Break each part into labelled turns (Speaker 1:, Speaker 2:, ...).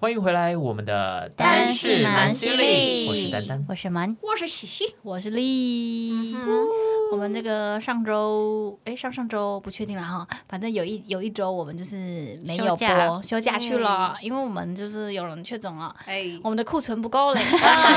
Speaker 1: 欢迎回来，我们的
Speaker 2: 单是蛮犀利
Speaker 1: 我是丹 丹。
Speaker 2: 我是蛮，嗯
Speaker 3: 我是喜喜，
Speaker 2: 我是丽。我们这个上周，哎，上上周不确定了哈，反正有一有一周我们就是没有
Speaker 3: 休假
Speaker 2: 播，休假嗯去了，因为我们就是有人确诊了，
Speaker 3: 哎，
Speaker 2: 我们的库存不够了，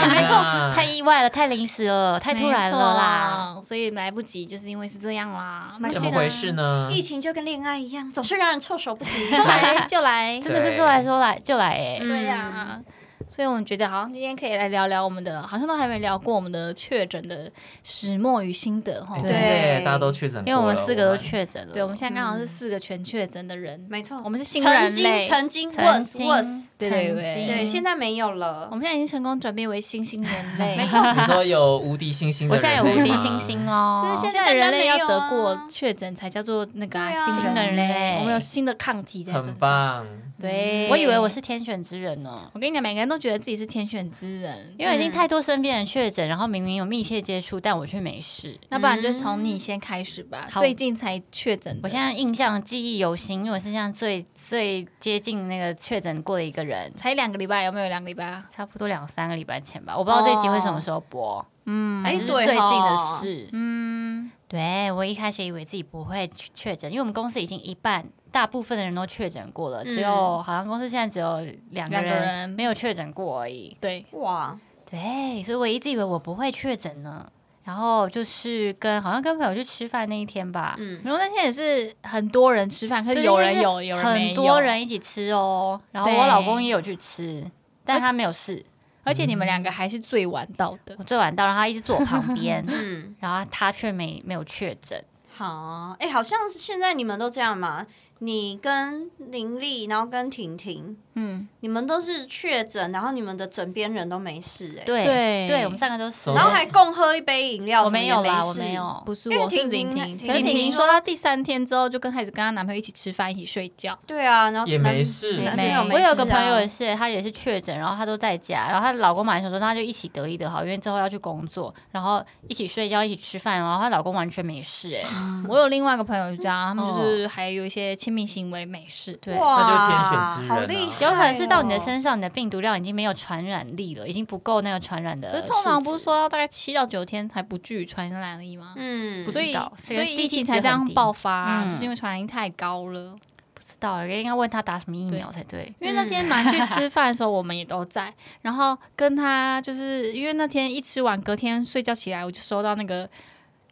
Speaker 1: 没错
Speaker 2: 太意外了，太临时了， 太突然了
Speaker 3: 没
Speaker 2: 啦，所以来不及，就是因为是这样啦，那
Speaker 3: 蛮
Speaker 2: 就
Speaker 1: 怎么回事呢？
Speaker 3: 疫情就跟恋爱一样，总是让人措手不及。
Speaker 2: 说来哎就来，真的是说来说来就来哎、
Speaker 3: 对呀
Speaker 2: 所以我们觉得好像今天可以来聊聊我们的，好像都还没聊过我们的确诊的始末与心得哈
Speaker 1: 哎。真
Speaker 3: 对
Speaker 1: 的耶大家都确诊过了，
Speaker 2: 因为我们四个都确诊了，
Speaker 3: 了
Speaker 2: 对，我
Speaker 1: 嗯
Speaker 2: 们现在刚好是四个全确诊的人，
Speaker 3: 没错，
Speaker 2: 我们是新
Speaker 3: 曾
Speaker 2: 人
Speaker 3: 经
Speaker 2: 类，
Speaker 3: 曾经
Speaker 2: 曾
Speaker 3: was
Speaker 2: 经
Speaker 3: was，
Speaker 2: 对对对
Speaker 4: 曾经
Speaker 3: 对，现在没有了
Speaker 2: 我。们现在已经成功转变为新型人类，
Speaker 3: 没错，
Speaker 1: 你说有无敌星星的
Speaker 2: 我现
Speaker 1: 人
Speaker 2: 在
Speaker 1: 类
Speaker 2: 有
Speaker 1: 吗，
Speaker 2: 无敌哦
Speaker 4: 星星喽，
Speaker 2: 就是现
Speaker 3: 现
Speaker 2: 在
Speaker 3: 在
Speaker 2: 人
Speaker 3: 人
Speaker 2: 类
Speaker 3: 类
Speaker 2: 要
Speaker 3: 有
Speaker 2: 得
Speaker 3: 啊
Speaker 2: 过确诊才叫做那个啊
Speaker 3: 对啊
Speaker 2: 新人
Speaker 4: 新人
Speaker 2: 类
Speaker 4: 类，嗯
Speaker 2: 我们有新的抗体在身
Speaker 1: 很
Speaker 2: 上。
Speaker 1: 棒。
Speaker 2: 对，
Speaker 4: 我以为我是天选之人呢，
Speaker 2: 我跟你讲，每个人都觉得自己是天选之人，
Speaker 4: 因为已经太多身边人确诊，然后明明有密切接触，但我却没事。
Speaker 2: 那不然就从你先开始吧。
Speaker 4: 嗯好
Speaker 2: 最近才确诊的，
Speaker 4: 我现在印象记忆犹新，因为我是现在最最接近那个确诊过的一个人，
Speaker 2: 才两个礼拜，有没有两个礼拜啊？
Speaker 4: 差不多两三个礼拜前吧，我不知道这一集会什么时候播，
Speaker 2: 嗯，
Speaker 3: 哎
Speaker 4: 就是
Speaker 3: 对
Speaker 4: 最近的
Speaker 3: 吼
Speaker 4: 事。
Speaker 2: 嗯，
Speaker 4: 对我一开始以为自己不会确确诊，因为我们公司已经一半大部分的人都确诊过了，只有、
Speaker 3: 嗯
Speaker 4: 好像公司现在只有两
Speaker 2: 两个
Speaker 4: 个人
Speaker 2: 人
Speaker 4: 没有确诊过而已。
Speaker 2: 对，
Speaker 3: 哇，
Speaker 4: 对，所以我一直以为我不会确诊呢。然后就是跟好像跟朋友去吃饭那一天吧，
Speaker 3: 嗯，
Speaker 2: 然后那天也是很多人吃饭，可是
Speaker 4: 对
Speaker 2: 嗯有人
Speaker 4: 就是
Speaker 2: 有，有人没
Speaker 4: 很
Speaker 2: 有
Speaker 4: 多，人一起吃哦。然后
Speaker 2: 对
Speaker 4: 我老公也有去吃，但他没有事。
Speaker 2: 而且你们
Speaker 4: 嗯
Speaker 2: 两个还是最晚到的。
Speaker 4: 我最晚到，然后他一直坐我旁边，
Speaker 3: 嗯，
Speaker 4: 然后他却没没有确诊。
Speaker 3: 好，哎，好像是现在你们都这样嘛？你跟林丽，然后跟婷婷，
Speaker 4: 嗯，
Speaker 3: 你们都是确诊，然后你们的枕边人都没事，哎，
Speaker 4: 对
Speaker 2: 对
Speaker 4: 对，我们三个都是。
Speaker 3: 然后还共喝一杯饮料，
Speaker 4: 我
Speaker 3: 什么
Speaker 4: 没
Speaker 3: 也
Speaker 4: 有啦，
Speaker 3: 事
Speaker 4: 我没。有。
Speaker 2: 不是
Speaker 3: 因为
Speaker 2: 我，是
Speaker 3: 婷
Speaker 2: 婷
Speaker 3: 婷
Speaker 2: 婷。
Speaker 3: 婷
Speaker 2: 可是婷
Speaker 3: 婷
Speaker 2: 婷
Speaker 3: 婷
Speaker 2: 说，她第三天之后就跟开始跟她男朋友一起吃饭，一起睡觉。
Speaker 3: 对啊，然后
Speaker 1: 也
Speaker 3: 男
Speaker 1: 没事
Speaker 3: 男
Speaker 4: 没
Speaker 3: 朋友没事啊
Speaker 4: 我有个朋友也是，她也是确诊，然后她都在家，然后她老公买想说，那她就一起得一得好，因为之后要去工作，然后一起睡觉，一起吃饭，然后她老公完全没事、哎，
Speaker 2: 我有另外一个朋友就这样，他们就是还有一些亲密行为没事。
Speaker 4: 对
Speaker 3: 哇，
Speaker 1: 那就天选之人啊
Speaker 3: 好厉害哦
Speaker 4: 有可能是到你的身上，你的病毒量已经没有传染力了，已经不够那个传染的
Speaker 2: 可
Speaker 4: 数
Speaker 2: 是
Speaker 4: 值。
Speaker 2: 通常不是说要大概七到九天才不具传染力吗？
Speaker 3: 嗯，
Speaker 4: 不
Speaker 2: 所以
Speaker 4: 知道
Speaker 2: 所
Speaker 4: 这个
Speaker 2: 以疫
Speaker 4: CT
Speaker 2: 情
Speaker 4: 值
Speaker 2: 才这样
Speaker 4: 很低
Speaker 2: 爆发啊、
Speaker 4: 嗯
Speaker 2: 就是因为传染力太高了。
Speaker 4: 不知道，应该问他打什么疫苗才对。
Speaker 2: 因为那天蛮去吃饭的时候，我们也都在，然后跟他就是因为那天一吃完，隔天睡觉起来，我就收到那个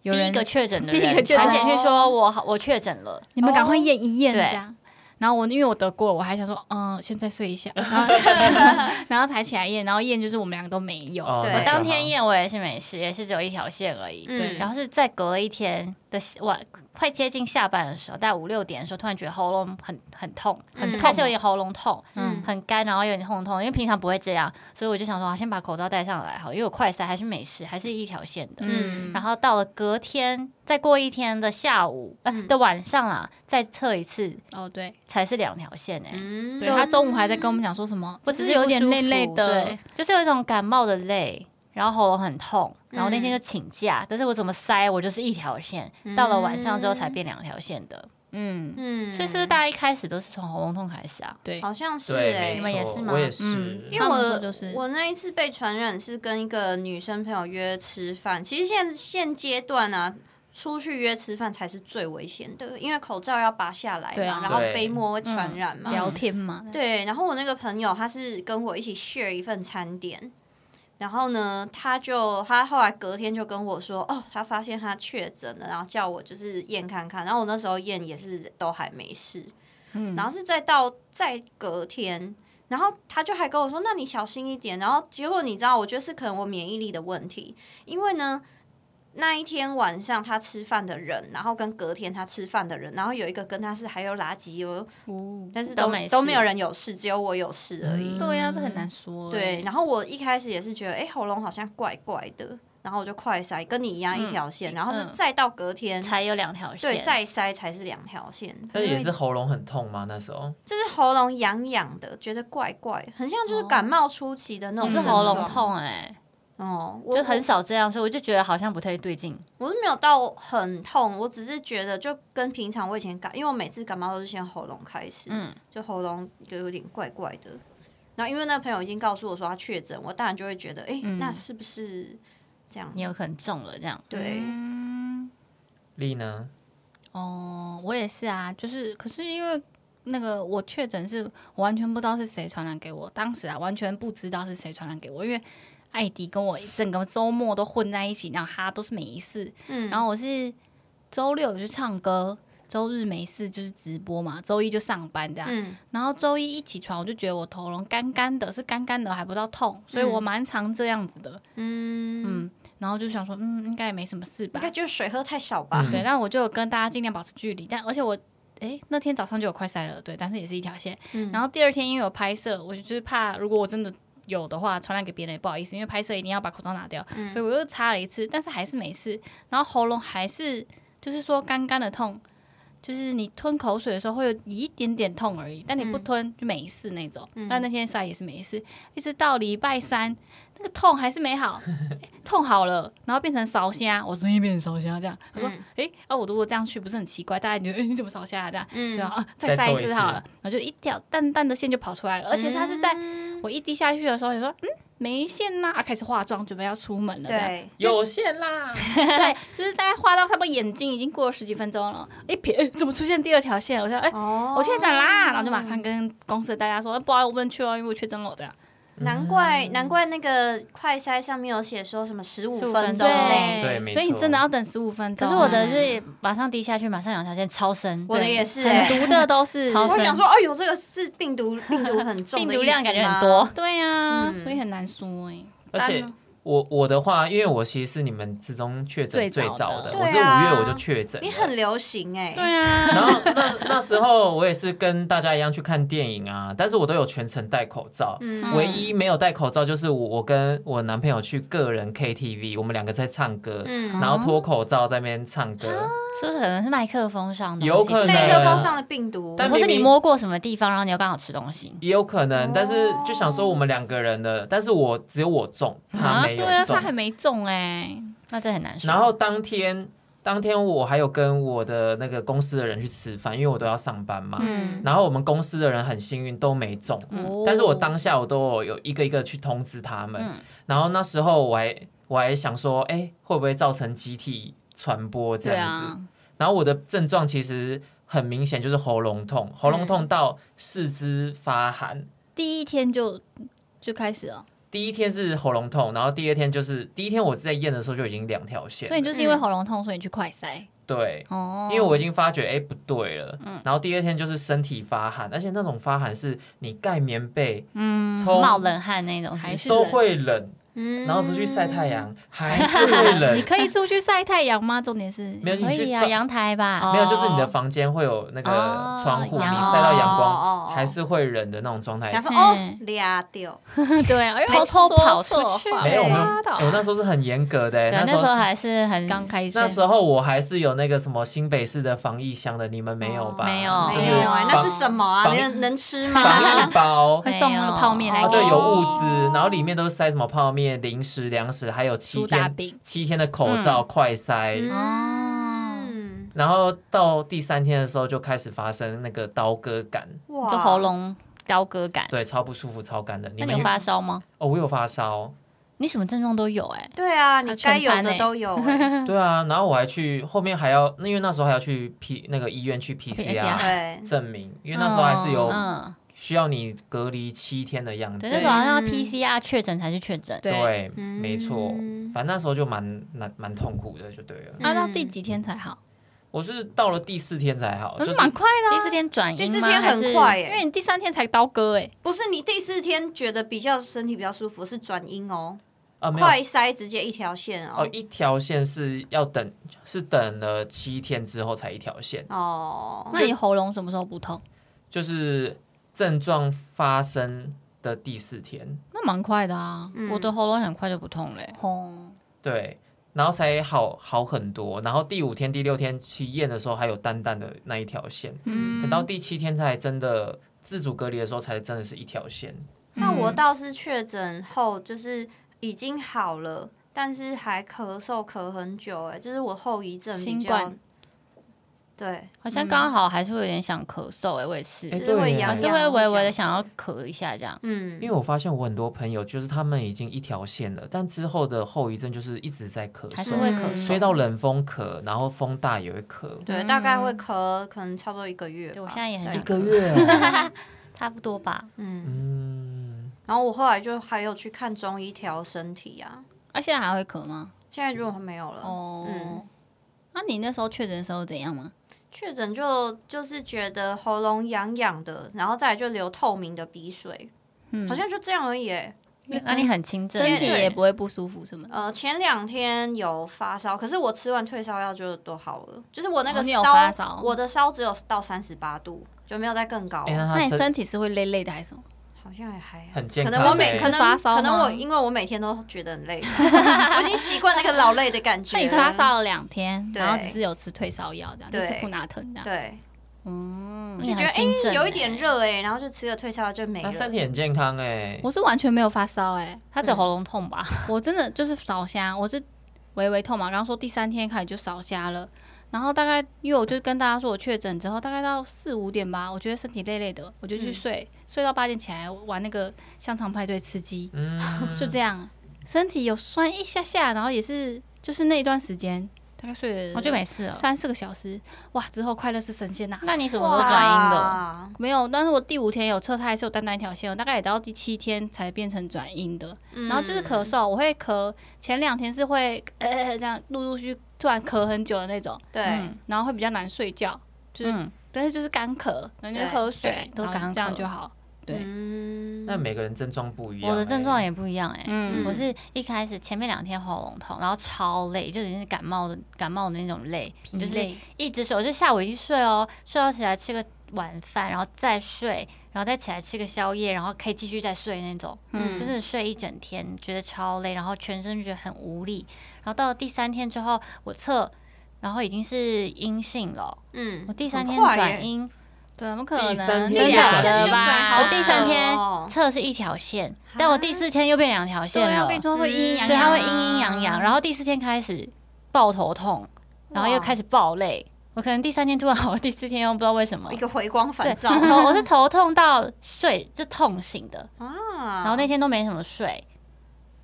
Speaker 2: 有
Speaker 4: 第
Speaker 2: 人
Speaker 4: 一个确诊 的
Speaker 2: 第一
Speaker 4: 人
Speaker 2: 个确
Speaker 4: 传
Speaker 2: 诊
Speaker 4: 简讯说我好我确诊了，
Speaker 2: 你们赶快验一验
Speaker 4: 对
Speaker 2: 这样。哦然后我因为我得过，我还想说，嗯，现在睡一 下，然后然后才起来验，然后验就是我们两个都没有，
Speaker 1: 哦
Speaker 3: 对
Speaker 1: 那
Speaker 4: 我
Speaker 1: 就
Speaker 4: 当
Speaker 1: 好
Speaker 4: 天验我也是没事，也是只有一条线而已。
Speaker 3: 嗯
Speaker 4: 然后是在隔了一天的晚，快接近下班的时候，大概五六点的时候，突然觉得喉咙很很痛，
Speaker 3: 嗯
Speaker 4: 很开始有点喉咙痛，
Speaker 3: 嗯
Speaker 4: 很干，然后有点痛痛，因为平常不会这样，所以我就想说，啊先把口罩戴上来好，因为我快塞还是没事，还是一条线的。
Speaker 3: 嗯
Speaker 4: 然后到了隔天，再过一天的下午，呃、
Speaker 3: 嗯
Speaker 4: 的晚上啊，再测一次
Speaker 2: 哦对，
Speaker 4: 才是两条线哎、
Speaker 3: 嗯
Speaker 2: 对他中午还在跟我们讲说什么，
Speaker 4: 我
Speaker 2: 我只
Speaker 4: 只是
Speaker 2: 嗯是
Speaker 4: 不
Speaker 2: 有点
Speaker 4: 舒
Speaker 2: 累累
Speaker 4: 服
Speaker 2: 的
Speaker 4: 对，就是有一种感冒的累，然后喉咙很痛，然后那天
Speaker 3: 嗯
Speaker 4: 就请假，但是我怎么塞，我就是一条线，到了晚上之后才变两条线的，嗯，
Speaker 3: 嗯
Speaker 4: 所以是不是大家一开始都是从喉咙痛开始啊？
Speaker 2: 对，
Speaker 3: 好像是
Speaker 1: 对，
Speaker 3: 哎、
Speaker 1: 没
Speaker 4: 你们也
Speaker 1: 错
Speaker 4: 是吗
Speaker 1: 我也是
Speaker 2: 嗯，
Speaker 3: 因为
Speaker 2: 他们说
Speaker 3: 我、
Speaker 2: 就是
Speaker 3: 我那一次被传染是跟一个女生朋友约吃饭，其实现现阶段呢、出去约吃饭才是最危险的，因为口罩要拔下来嘛，
Speaker 2: 对啊
Speaker 3: 然后
Speaker 1: 对
Speaker 3: 飞沫
Speaker 4: 嗯
Speaker 3: 会传染嘛。
Speaker 2: 聊天嘛，
Speaker 3: 对，然后我那个朋友他是跟我一起 share 一份餐点，然后呢，他就他后来隔天就跟我说，哦，他发现他确诊了，然后叫我就是验看看，然后我那时候验也是都还没事，然后是再到再隔天。然后他就还跟我说：“那你小心一点。”然后结果你知道，我觉得是可能我免疫力的问题，因为呢，那一天晚上他吃饭的人，然后跟隔天他吃饭的人，然后有一个跟他是还有垃圾哦，
Speaker 2: 哦
Speaker 3: 但是
Speaker 4: 都
Speaker 3: 都
Speaker 4: 没
Speaker 3: 都
Speaker 4: 事嗯
Speaker 3: 没有人有事，只有我有事而已。
Speaker 2: 对呀，这很难说欸，
Speaker 3: 对，然后我一开始也是觉得，哎、喉咙好像怪怪的，然后我就快塞，跟你一样一条线，然后是
Speaker 2: 嗯
Speaker 3: 再到隔天，
Speaker 4: 才有两条线，
Speaker 3: 对，再塞才是两条线，
Speaker 1: 但也是喉咙很痛吗？那时候
Speaker 3: 就是喉咙痒痒的，觉得怪怪，很像就是感冒初期的那
Speaker 4: 我
Speaker 3: 种
Speaker 4: 哦嗯是
Speaker 3: 嗯症状。
Speaker 4: 喉咙痛哎、
Speaker 3: 哦，我
Speaker 4: 就很少这样，所以我就觉得好像不太对劲。
Speaker 3: 我，我是没有到很痛，我只是觉得就跟平常我以前感，因为我每次感冒都是先喉咙开始，
Speaker 4: 嗯，
Speaker 3: 就喉咙就有点怪怪的。然后因为那个朋友已经告诉我说他确诊，我当然就会觉得，哎、
Speaker 4: 嗯
Speaker 3: 那是不是这样？
Speaker 4: 你有可能中了这样。
Speaker 3: 对，
Speaker 1: 丽呢？
Speaker 2: 哦，我也是啊，就是可是因为那个我确诊是我完全不知道是谁传染给我，当时啊完全不知道是谁传染给我，因为艾迪跟我整个周末都混在一起，然后他都是没事，
Speaker 3: 嗯，
Speaker 2: 然后我是周六有去唱歌，周日没事就是直播嘛，周一就上班这样，
Speaker 3: 嗯，
Speaker 2: 然后周一一起床我就觉得我喉咙干干的，是干干的还不到痛，所以我
Speaker 3: 嗯
Speaker 2: 蛮常这样子的，
Speaker 3: 嗯，
Speaker 2: 嗯，然后就想说嗯应该也没什么事吧
Speaker 3: 应，该就是水喝太少吧？
Speaker 1: 嗯
Speaker 2: 对，但我就有跟大家尽量保持距离，但而且我。诶，那天早上就有快塞了，对，但是也是一条线。
Speaker 3: 嗯
Speaker 2: 然后第二天因为有拍摄，我就是怕如果我真的有的话传染给别人也不好意思，因为拍摄一定要把口罩拿掉，
Speaker 3: 嗯
Speaker 2: 所以我又擦了一次，但是还是没事。然后喉咙还是就是说干干的痛，就是你吞口水的时候会有一点点痛而已，但你不
Speaker 3: 嗯
Speaker 2: 吞就没事那种。但那天塞也是没事，一直到礼拜三那个痛还是没 好，诶痛好了，然后变成烧虾，我声音变成烧虾这样。他说
Speaker 3: 嗯：“
Speaker 2: 诶，啊，我如果这样去不是很奇怪？大家觉得诶你怎么烧虾、啊、这样？”
Speaker 3: 嗯
Speaker 2: 所以啊，
Speaker 1: 再
Speaker 2: 再塞一
Speaker 1: 做一
Speaker 2: 次
Speaker 1: 次
Speaker 2: 好了，然后就一条淡淡的线就跑出来了，而且它是在
Speaker 3: 嗯
Speaker 2: 我一滴下去的时候，你说嗯没线啦，啊开始化妆，准备要出门了，这样
Speaker 3: 对，
Speaker 1: 有限 啦，
Speaker 2: 对，就是大概画到差不多眼睛已经过了十几分钟了，一瞥、诶怎么出现第二条线？我说哎、
Speaker 3: 哦
Speaker 2: 我确诊啦，然后就马上跟公司的大家说，哎不好意思，我不能去哦，因为我确诊了这样。
Speaker 3: 难怪难怪那个快筛上面有写说什么十五
Speaker 4: 15
Speaker 3: 分
Speaker 4: 分
Speaker 3: 钟
Speaker 4: 钟
Speaker 3: 内，
Speaker 1: 对没
Speaker 2: 所以你
Speaker 1: 错
Speaker 2: 真的要等十五分
Speaker 4: 可
Speaker 2: 钟。
Speaker 4: 是我
Speaker 2: 哎
Speaker 4: 的是马上滴下去，马上两条线超深，
Speaker 3: 我的也是欸、
Speaker 2: 很毒的都 是，
Speaker 4: 超
Speaker 3: 我
Speaker 4: 深
Speaker 3: 想说，哎呦，这个是病 毒，病毒很重，
Speaker 4: 病毒量感觉很多。。
Speaker 2: 对呀、啊
Speaker 3: 嗯
Speaker 2: 所以很难说哎、
Speaker 1: 而且
Speaker 2: 单呢
Speaker 1: 我我的话，因为我其实是你们之中确诊
Speaker 2: 最
Speaker 1: 最
Speaker 2: 早
Speaker 1: 早
Speaker 2: 的
Speaker 1: 的，我是五
Speaker 3: 对啊
Speaker 1: 月我就确诊了。
Speaker 3: 你很流行哎、
Speaker 2: 对啊，
Speaker 1: 然后那那时候我也是跟大家一样去看电影啊，但是我都有全程戴口罩。
Speaker 3: 嗯
Speaker 1: 唯一没有戴口罩就是我，我跟我男朋友去个人 KTV，我们两个在唱歌，
Speaker 3: 嗯，
Speaker 1: 然后脱口罩在那边唱歌，
Speaker 2: 啊
Speaker 4: 是不是可能是麦克风上的东西？
Speaker 1: 有可能
Speaker 3: 麦克风上的病毒，
Speaker 1: 但
Speaker 4: 或是
Speaker 1: 明
Speaker 4: 你
Speaker 1: 明
Speaker 4: 摸过什么地方，然后你又刚好吃东西。
Speaker 1: 也有可
Speaker 3: 哦
Speaker 1: 能，但是就想说我们两个人的，但是我只有我中，他
Speaker 2: 啊，
Speaker 1: 没有
Speaker 2: 对啊，
Speaker 1: 中
Speaker 2: 他。还没中哎、
Speaker 4: 那这很难说。
Speaker 1: 然后当天当天我还有跟我的那个公司的人去吃饭，因为我都要上班嘛。
Speaker 3: 嗯
Speaker 1: 然后我们公司的人很幸运都没中，
Speaker 2: 哦
Speaker 1: 但是我当下我都有一个一个去通知他们，
Speaker 4: 嗯
Speaker 1: 然后那时候我还我还想说，哎、会不会造成集体传播这
Speaker 2: 对
Speaker 1: 样子？
Speaker 2: 啊，
Speaker 1: 然后我的症状其实很明显，就是喉咙
Speaker 2: 嗯
Speaker 1: 痛，喉咙痛到四肢发寒。
Speaker 2: 第一天就就开始了，
Speaker 1: 第一天是喉咙痛，然后第二天就是第一天我在验的时候就已经两条线了，
Speaker 2: 所以你就是因为喉咙痛，所以你去快筛
Speaker 1: 对，
Speaker 2: 哦，
Speaker 1: 嗯因为我已经发觉哎、不对了，
Speaker 2: 嗯
Speaker 1: 然后第二天就是身体发寒，而且那种发寒是你盖棉被
Speaker 2: 嗯
Speaker 1: 抽
Speaker 4: 冒冷汗那种，
Speaker 2: 还是
Speaker 1: 都会冷，
Speaker 3: 嗯
Speaker 1: 然后出去晒太，阳 还是会
Speaker 2: 你
Speaker 1: 冷，
Speaker 2: 可以出去晒太阳吗？重点是
Speaker 1: 没有
Speaker 4: 可
Speaker 1: 你去
Speaker 4: 以啊，
Speaker 1: 照
Speaker 4: 阳台吧。
Speaker 2: 哦
Speaker 1: 没有就是你的房间会有那个
Speaker 2: 哦
Speaker 1: 窗户，你
Speaker 4: 阳
Speaker 1: 晒到阳光
Speaker 3: 哦哦哦
Speaker 1: 还是会冷的那种状态
Speaker 3: 想。说哦
Speaker 4: 嗯，
Speaker 3: 俩掉，
Speaker 2: 对啊，因为
Speaker 4: 偷偷跑出去
Speaker 1: 没有，我
Speaker 4: 被
Speaker 1: 们
Speaker 2: 抓到
Speaker 1: 哎我那时候是很严格的，欸
Speaker 4: 对，
Speaker 1: 那
Speaker 4: 那
Speaker 1: 时
Speaker 4: 时
Speaker 1: 候
Speaker 4: 候
Speaker 1: 是
Speaker 4: 还是很
Speaker 2: 刚开始
Speaker 1: 那时候我还是有那个什么新北市的防疫箱的，你们没有吧？
Speaker 4: 没有
Speaker 1: 哦就
Speaker 3: 没
Speaker 1: 是
Speaker 3: 有哎，
Speaker 1: 防
Speaker 3: 那是什么啊？
Speaker 1: 防
Speaker 3: 能能吃
Speaker 1: 防
Speaker 3: 吗？
Speaker 1: 疫包
Speaker 2: 会送那个泡面来
Speaker 1: 啊，
Speaker 2: 给
Speaker 1: 对，
Speaker 2: 你哦
Speaker 1: 有物资，然后里面都是塞什么泡面、零食、粮食，还有七
Speaker 2: 苏打
Speaker 1: 天
Speaker 2: 饼，
Speaker 1: 七天的口罩快塞。
Speaker 3: 嗯，
Speaker 1: 然后到第三天的时候就开始发生那个刀割感，
Speaker 3: 哇
Speaker 4: 哦就喉，咙刀割感。
Speaker 1: 对，超不舒服、超干的。你
Speaker 4: 那
Speaker 1: 们
Speaker 4: 你有发烧吗？
Speaker 1: 哦，我有发烧，
Speaker 4: 你什么症状都有哎。
Speaker 3: 对啊，你
Speaker 4: 啊
Speaker 3: 该
Speaker 4: 全
Speaker 3: 有
Speaker 4: 餐
Speaker 3: 的
Speaker 4: 欸
Speaker 3: 都有哎，
Speaker 1: 对啊，然后我还去后面还要，那因为那时候还要去 P 那个医院去
Speaker 4: PCR
Speaker 1: PCR
Speaker 3: 对，
Speaker 1: 证明，因为那时候还是有
Speaker 4: 嗯，
Speaker 1: 需要你隔离七天的样子
Speaker 4: 对，。那时候好像
Speaker 3: 嗯
Speaker 4: PCR 确诊才是确诊。
Speaker 2: 对，
Speaker 1: 对，没错，
Speaker 4: 嗯
Speaker 1: 反正那时候就蛮蛮蛮痛苦的，就对了。
Speaker 4: 啊
Speaker 2: 那啊到第几天才好？
Speaker 1: 我是到了第四天才好，哦就
Speaker 2: 那
Speaker 1: 是
Speaker 2: 蛮快的
Speaker 4: 第
Speaker 2: 啊，
Speaker 4: 四天转
Speaker 3: 第
Speaker 4: 阴
Speaker 3: 四
Speaker 4: 吗？
Speaker 3: 天
Speaker 4: 还
Speaker 3: 很
Speaker 4: 是
Speaker 3: 快
Speaker 2: 因为
Speaker 3: 哎，
Speaker 2: 你第三天才刀割哎，
Speaker 3: 不是你第四天觉得比较身体比较舒服，是转阴哦，
Speaker 1: 啊没有
Speaker 3: 快筛直接一条线
Speaker 1: 哦
Speaker 3: 哦，，
Speaker 1: 一条线是要等，是等了七天之后才一条线，
Speaker 3: 哦，
Speaker 2: 那你喉咙什么时候不痛？
Speaker 1: 就是症状发生的第四天，
Speaker 2: 那蛮快的啊，
Speaker 3: 嗯
Speaker 4: 我的喉咙很快就不痛嘞。
Speaker 2: 哦，
Speaker 1: 对，然后才好好很多。然后第五天、第六天去验的时候还有淡淡的那一条线，
Speaker 2: 嗯
Speaker 1: 等到第七天才真的自主隔离的时候才真的是一条线。
Speaker 3: 那我倒是确诊后，就是已经好了，但是还咳嗽咳很久、哎，就是我后遗症比
Speaker 2: 新
Speaker 3: 较
Speaker 2: 冠。
Speaker 3: 对，
Speaker 4: 好像刚好还是会有点想咳嗽哎、我也是，
Speaker 1: 哎
Speaker 3: 就
Speaker 1: 对
Speaker 3: 是会
Speaker 1: 耶
Speaker 3: 痒痒，
Speaker 4: 还是会微微的
Speaker 3: 想，
Speaker 4: 想要咳一下这样。
Speaker 3: 嗯，
Speaker 1: 因为我发现我很多朋友就是他们已经一条线了，但之后的后遗症就是一直在咳
Speaker 4: 还
Speaker 1: 嗽
Speaker 4: 是，会咳
Speaker 3: 嗯
Speaker 4: 嗽，
Speaker 1: 吹到冷风咳，然后风大也会咳，
Speaker 3: 对，大概会咳，可能差不多一个月吧。
Speaker 4: 嗯对我现在也很
Speaker 3: 对
Speaker 1: 一
Speaker 3: 啊
Speaker 4: 想
Speaker 1: 个月哦，
Speaker 4: 差不多吧。
Speaker 3: 嗯，
Speaker 1: 嗯，
Speaker 3: 然后我后来就还有去看中医调身体啊，
Speaker 2: 啊，现在还会咳吗？
Speaker 3: 现在如果没有了，
Speaker 2: 哦，
Speaker 3: 嗯
Speaker 2: 那、你那时候确诊的时候怎样吗？
Speaker 3: 确诊就就是觉得喉咙痒痒的，然后再来就流透明的鼻水，
Speaker 2: 嗯，
Speaker 3: 好像就这样而已欸。
Speaker 4: 那你很轻症
Speaker 2: 身体
Speaker 4: 欸，
Speaker 2: 也不会不舒服什么的。
Speaker 3: 呃，前两天有发烧，可是我吃完退烧药就都好了，就是我那
Speaker 2: 哦
Speaker 3: 个
Speaker 2: 你有发
Speaker 3: 烧，
Speaker 2: 烧
Speaker 3: 我的烧只有到三十八度，就没有再更高
Speaker 1: 哎、
Speaker 3: 了。
Speaker 1: 那
Speaker 2: 那
Speaker 1: 他
Speaker 2: 你
Speaker 1: 身
Speaker 2: 身体是会累累的还是什么？
Speaker 3: 好像也还好
Speaker 1: 很健
Speaker 3: 可
Speaker 1: 康，
Speaker 3: 能我每
Speaker 1: 哎
Speaker 2: 是
Speaker 3: 可能
Speaker 2: 发烧吗
Speaker 3: 可能我因为我每天都觉得很累， 我已经习惯那个劳累的感觉。
Speaker 2: 那你发？烧了两天，
Speaker 3: 啊对
Speaker 2: 然后只是有吃退烧药这样，就
Speaker 3: 对
Speaker 2: 吃普拿疼这样。
Speaker 3: 对，
Speaker 2: 嗯，
Speaker 4: 你
Speaker 3: 觉得
Speaker 4: 很轻症欸
Speaker 3: 有一点。热哎，然后就吃了退烧药就没
Speaker 1: 他
Speaker 3: 了。
Speaker 1: 身体很健康哎、
Speaker 2: 我是完全没有发烧哎、
Speaker 4: 他只有喉咙痛吧？
Speaker 2: 我真的就是烧瞎，我是微微痛嘛，刚刚说第三天开始就烧瞎了。然后大概，因为我就跟大家说我确诊之后，大概到四五点吧，我觉得身体累累的，我就去
Speaker 3: 嗯
Speaker 2: 睡，睡到八点起来玩那个香肠派对吃鸡，
Speaker 1: 嗯，
Speaker 2: 就这样，身体有酸一下下，然后也是就是那一段时间，大概睡了
Speaker 1: 哦
Speaker 4: 哦我就没事了。
Speaker 2: 三四个小时，哇，之后快乐是神仙呐、
Speaker 4: 那你什么时候转阴的？
Speaker 3: 哇？
Speaker 2: 没有，但是我第五天有测，它还是有单单一条线，我大概也到第七天才变成转阴的。然后就是咳
Speaker 3: 嗯，
Speaker 2: 嗽，我会咳，前两天是会 呃呃这样陆陆续续突然咳很久的那种，
Speaker 3: 对，
Speaker 4: 嗯
Speaker 2: 然后会比较难睡觉，就是、
Speaker 4: 嗯，
Speaker 2: 但是就是干咳，然后就
Speaker 3: 对
Speaker 2: 喝水
Speaker 4: 对，都
Speaker 2: 然后
Speaker 4: 干
Speaker 2: 这样
Speaker 4: 咳
Speaker 2: 就好。对
Speaker 3: 嗯
Speaker 1: 那每个人症状不一样、
Speaker 4: 我的症状
Speaker 1: 也
Speaker 4: 也不一样哎、
Speaker 2: 嗯
Speaker 4: 我是一开始前面两天喉咙痛，然后超累，就已经是感冒的感冒的那种累，
Speaker 2: 就
Speaker 4: 就是是一直睡，我就下午一睡哦，睡到起来吃个晚饭，然后再睡，然后再起来吃个宵夜，然后可以继续再睡那种，
Speaker 2: 嗯
Speaker 4: 就是睡一整天，觉得超累，然后全身觉得很无力，然后到了第三天之后，我测，然后已经是阴性了，
Speaker 3: 嗯
Speaker 4: 我第三天
Speaker 3: 很快耶
Speaker 4: 转阴，
Speaker 2: 怎么可
Speaker 1: 第三
Speaker 2: 能？
Speaker 1: 天
Speaker 2: 真
Speaker 1: 就
Speaker 2: 假
Speaker 1: 转
Speaker 2: 的
Speaker 1: 阴
Speaker 2: 吧？
Speaker 4: 我第三天
Speaker 3: 哦
Speaker 4: 测是一条线，但我第四天又变两条线
Speaker 2: 对啊，
Speaker 4: 了，
Speaker 2: 我跟你说会阴阴阳阳，
Speaker 4: 嗯对，它会阴
Speaker 3: 啊
Speaker 4: 阴阳阳，然后第四天开始爆头痛，然后又
Speaker 3: 哇
Speaker 4: 开始爆累。我可能第三天突然 好，第四天又不知道为什么
Speaker 3: 一，个回光返
Speaker 4: 对
Speaker 3: 照
Speaker 4: 头 我是头痛到睡就痛醒的，
Speaker 3: 啊
Speaker 4: 然后那天都没什么睡，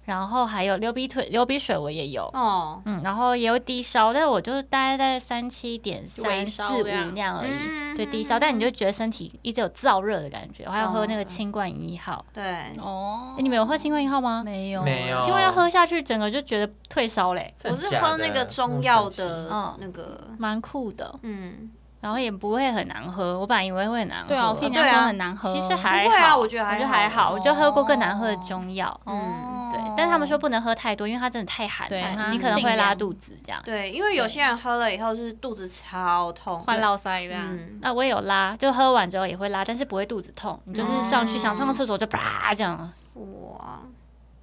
Speaker 4: 然后还有流鼻腿、流鼻水我也有，
Speaker 3: 哦，
Speaker 4: 嗯，然后也有低烧，但是我就是大概在三七点
Speaker 2: 微
Speaker 4: 三四
Speaker 2: 烧
Speaker 4: 五
Speaker 2: 这样
Speaker 4: 那样而已，
Speaker 3: 嗯
Speaker 4: 对低烧，但你就觉得身体一直有燥热的感觉，我还有喝那个
Speaker 3: 哦
Speaker 4: 清冠一号，
Speaker 3: 对，
Speaker 2: 哦
Speaker 4: 诶，你们有喝清冠一号吗？
Speaker 2: 没有
Speaker 1: 没有
Speaker 4: 清冠一号喝下去，整个就觉得退烧嘞，
Speaker 3: 我是喝那个中药的
Speaker 4: 嗯
Speaker 3: 那个，
Speaker 4: 蛮酷的，
Speaker 3: 嗯，
Speaker 4: 然后也不会很难喝，我本来以为会很难喝，
Speaker 2: 对啊，我听人
Speaker 3: 对
Speaker 2: 家
Speaker 3: 啊
Speaker 2: 说很难喝，
Speaker 4: 其实还
Speaker 3: 不会啊
Speaker 4: 好，
Speaker 3: 我觉得还
Speaker 4: 我觉得
Speaker 3: 好
Speaker 4: 还好，我就喝过更难喝的
Speaker 2: 哦
Speaker 4: 中药，
Speaker 3: 嗯
Speaker 4: 对，但是他们说不能喝太多，因为它真的太寒
Speaker 2: 对
Speaker 4: 了，
Speaker 2: 它
Speaker 4: 你可能
Speaker 2: 性
Speaker 4: 会拉
Speaker 2: 凉
Speaker 4: 肚子这样。
Speaker 3: 对，因为有些人喝了以后就是肚子超痛，
Speaker 2: 换落腮这样。
Speaker 3: 嗯，
Speaker 4: 那我也有拉，就喝完之后也会拉，但是不会肚子痛，你就是上去想上个厕所就啪这样。
Speaker 3: 哇，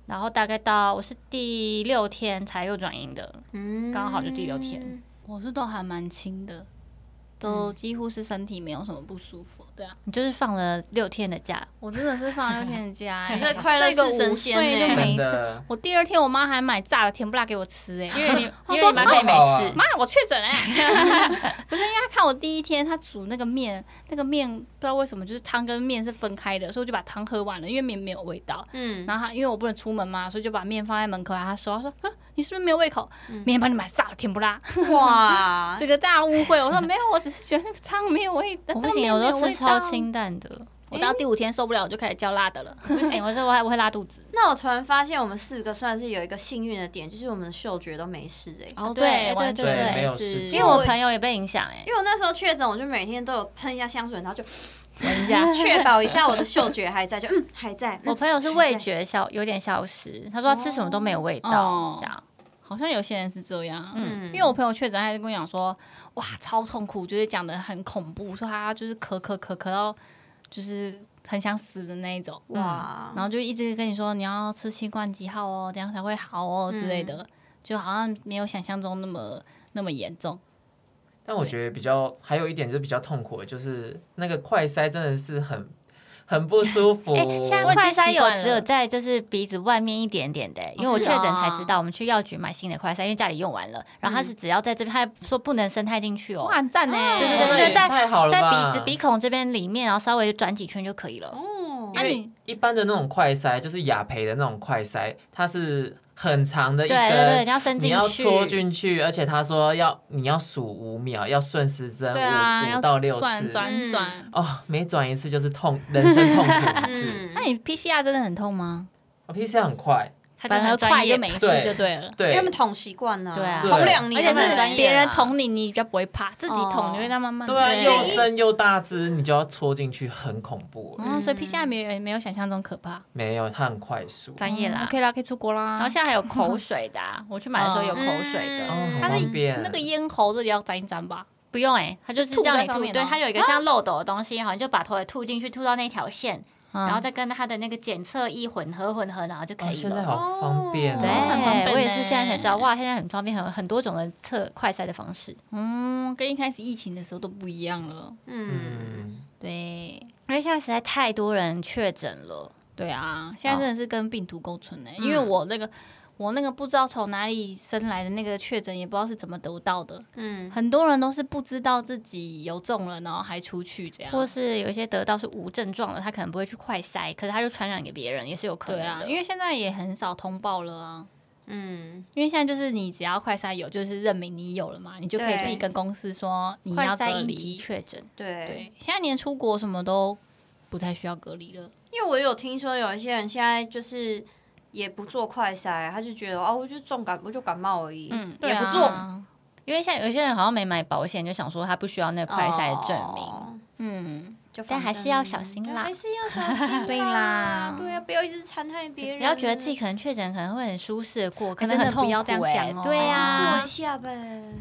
Speaker 4: 然后大概到我是第六天才又转阴的，
Speaker 3: 嗯，
Speaker 4: 刚好就第六天，
Speaker 2: 我是都还蛮轻的，都几乎是身体没有什么不舒服。对啊，
Speaker 4: 你就是放了六天的假，
Speaker 2: 我真的是放六天的 假、欸，
Speaker 3: 你这快乐
Speaker 2: 睡个
Speaker 3: 是神
Speaker 2: 午
Speaker 3: 仙
Speaker 2: 睡就
Speaker 3: 欸
Speaker 2: 没
Speaker 1: 真
Speaker 2: 事。
Speaker 1: 的，
Speaker 2: 我第二天我妈还买炸的甜不辣给我吃、欸，因为 你
Speaker 4: 因
Speaker 2: 她
Speaker 4: 为
Speaker 2: 说哦
Speaker 4: 你妈
Speaker 2: 什么
Speaker 4: 可以没
Speaker 1: 啊
Speaker 4: 事。
Speaker 2: 妈我确诊 哎，不是因为她看我第一天她煮那个面，那个面不知道为什么就是汤跟面是分开的，所以我就把汤喝完了，因为面没有味道。
Speaker 3: 嗯，
Speaker 2: 然后他因为我不能出门嘛，所以就把面放在门口，然后他说：“他说，哼你是不是没有胃口？明天帮你买炸的甜不辣。，
Speaker 3: 哇
Speaker 2: 这个大误会。我说：“没有，我只是觉得那个汤没有味道。”
Speaker 4: 我不行，我都吃超。清淡的，
Speaker 2: 我到第五天受不了，我就开始叫辣的了。
Speaker 4: 不行，我这我还我会拉肚子。
Speaker 3: 那我突然发现我们四个算是有一个幸运的点，就是我们的嗅觉都没事哎、
Speaker 4: 哦
Speaker 2: 对
Speaker 4: 对
Speaker 2: 完全
Speaker 4: 对
Speaker 1: 对没有
Speaker 2: 是
Speaker 1: 事情
Speaker 4: 因为我朋友也被影响哎
Speaker 3: 因，为我那时候确诊，我就每天都有喷一下香水，然后就
Speaker 4: 人 家
Speaker 3: 确保一下我的嗅觉还在，就嗯还在。嗯
Speaker 4: 我朋友是味觉消有点消失，他说他吃什么都没有味
Speaker 2: 哦
Speaker 4: 道，这样
Speaker 2: 好像有些人是这样，嗯，
Speaker 3: 嗯
Speaker 2: 因为我朋友确诊，他还跟我讲说：“哇，超痛苦，就是讲的很恐怖，说他就是咳咳咳咳到就是很想死的那一种。”
Speaker 3: 哇，
Speaker 2: 然后就一直跟你说你要吃新冠几号哦，这样才会好哦之类的，就好像没有想象中那么那么严重。
Speaker 1: 但我觉得比较还有一点就是比较痛苦的，就是那个快筛真的是很很不舒服。
Speaker 4: 哎，现在
Speaker 2: 我已经
Speaker 4: 快筛
Speaker 2: 习
Speaker 4: 有
Speaker 2: 惯
Speaker 4: 只有
Speaker 2: 了
Speaker 4: 在就是鼻子外面一点点的、因为
Speaker 3: 哦
Speaker 4: 我
Speaker 3: 是
Speaker 4: 确诊才
Speaker 3: 哦
Speaker 4: 知道，我们去药局买新的快筛，因为家里用完了，然后它
Speaker 3: 嗯
Speaker 4: 是只要在这边，它说不能生太进去哦，
Speaker 2: 哇，很赞呢！
Speaker 4: 对对
Speaker 1: 哦那
Speaker 4: 对
Speaker 1: 也
Speaker 4: 在
Speaker 1: 太好了
Speaker 4: 在
Speaker 1: 吧
Speaker 4: 鼻子鼻孔这边里面，然后稍微转几圈就可以了。
Speaker 3: 哦
Speaker 1: 因
Speaker 2: 那
Speaker 4: 啊
Speaker 1: 为
Speaker 2: 你
Speaker 1: 一般的那种快塞，就是雅培的那种快塞，它是很长的一
Speaker 4: 对对对，
Speaker 1: 根，
Speaker 4: 你要伸
Speaker 1: 你
Speaker 4: 进
Speaker 1: 要
Speaker 4: 去，
Speaker 1: 戳进去，而且他说要你要数五秒，要顺时针
Speaker 2: 对啊，
Speaker 1: 五
Speaker 2: 要
Speaker 1: 五到六
Speaker 2: 转
Speaker 1: 次。
Speaker 2: 转转。
Speaker 1: 哦，每转一次就是痛，人生痛 苦一次。
Speaker 3: 嗯
Speaker 2: 那，你 PCR 真的很痛吗？
Speaker 1: 我 PCR 很快，
Speaker 4: 它就
Speaker 2: 反而快
Speaker 4: 很专
Speaker 2: 就
Speaker 4: 业
Speaker 2: 没事
Speaker 1: 对
Speaker 2: 就对了。
Speaker 1: 对
Speaker 3: 他，们捅习惯呢，
Speaker 4: 对啊
Speaker 3: 捅两
Speaker 2: 而
Speaker 3: 年，
Speaker 2: 且
Speaker 4: 他们很专
Speaker 2: 是
Speaker 4: 业
Speaker 2: 别人
Speaker 4: 啦
Speaker 2: 捅你，你比较不会怕；自己
Speaker 3: 哦
Speaker 2: 捅，你会那慢慢
Speaker 1: 对啊，
Speaker 4: 对
Speaker 1: 又深又大只，你就要戳进去，很恐怖。
Speaker 2: 哦，所以
Speaker 3: 嗯
Speaker 2: PCR 没有没有想象中可怕，
Speaker 1: 没有，它很快速。
Speaker 2: 嗯
Speaker 4: 专业啦。
Speaker 2: 可以啦，可以出国啦。
Speaker 4: 然后现在还 有口水的、啊，我去买的时候
Speaker 2: 嗯
Speaker 4: 有口水的，
Speaker 1: 哦，好
Speaker 2: 它是
Speaker 1: 方便。
Speaker 2: 那个烟喉这里要沾一沾吧，
Speaker 4: 不用哎、它就是
Speaker 2: 吐
Speaker 4: 叫
Speaker 2: 在
Speaker 4: 你
Speaker 2: 上
Speaker 4: 吐，
Speaker 2: 面
Speaker 4: 对，
Speaker 2: 哦
Speaker 4: 它有一个像漏斗的东西，然后你就把头给吐进去，吐到那条线，然
Speaker 2: 然
Speaker 4: 后
Speaker 2: 后再
Speaker 4: 再跟它的那个检测液混合混合，然后就可
Speaker 1: 哦，
Speaker 4: 以
Speaker 1: 现在
Speaker 4: 了。
Speaker 1: 好方便
Speaker 4: 对，
Speaker 2: 很
Speaker 1: 哦。
Speaker 2: 方便
Speaker 4: 我也是现在才知道，
Speaker 2: 呢
Speaker 4: 哇，现在很方便，很很多种的测快筛的方式。
Speaker 2: 嗯，跟一开始疫情的时候都不一样了。
Speaker 3: 嗯，
Speaker 1: 嗯，
Speaker 4: 对，因为现在实在太多人确诊了，
Speaker 2: 对啊，现在真的是跟病毒共存呢、因为我那个我那个不知道从哪里生来的那个确诊，也不知道是怎么得到的。
Speaker 3: 嗯，
Speaker 2: 很多人都是不知道自己有中了，然后还出去这样。
Speaker 4: 或是有一些得到是无症状的，他可能不会去快筛，可是他就传染给别人，也是有可
Speaker 2: 对
Speaker 4: 能
Speaker 2: 啊，
Speaker 4: 的。
Speaker 2: 因为现在也很少通报了啊。
Speaker 3: 嗯，
Speaker 2: 因为现在就是你只要快筛有，就是认明你有了嘛，你就可以
Speaker 3: 对
Speaker 2: 自己跟公司说你
Speaker 4: 快
Speaker 2: 要隔
Speaker 4: 筛应急
Speaker 2: 离。
Speaker 4: 确诊，
Speaker 3: 对，
Speaker 2: 对，现在连出国什么都不太需要隔离了。
Speaker 3: 因为我有听说有一些人现在就是也不做快筛，他就觉得哦，我就重感，我就感冒而已，
Speaker 4: 嗯
Speaker 3: 也不
Speaker 2: 对
Speaker 3: 做
Speaker 2: 啊
Speaker 4: 因为像有些人好像没买保险，就想说他不需要那个快筛的证明。
Speaker 3: 哦
Speaker 2: 嗯，
Speaker 3: 就反
Speaker 4: 但
Speaker 3: 正
Speaker 4: 还是要小心啦
Speaker 3: 还是要小心啦
Speaker 2: 对啦
Speaker 3: 对啊，不要一直残害别人，
Speaker 4: 不要觉得自己可能确诊可能会很舒适的过，可
Speaker 2: 哎
Speaker 4: 能
Speaker 2: 真
Speaker 4: 很
Speaker 2: 的
Speaker 4: 痛
Speaker 2: 不
Speaker 4: 苦、
Speaker 2: 要这样
Speaker 4: 哎
Speaker 2: 想哦
Speaker 4: 对呀、
Speaker 2: 啊
Speaker 3: 做一下呗，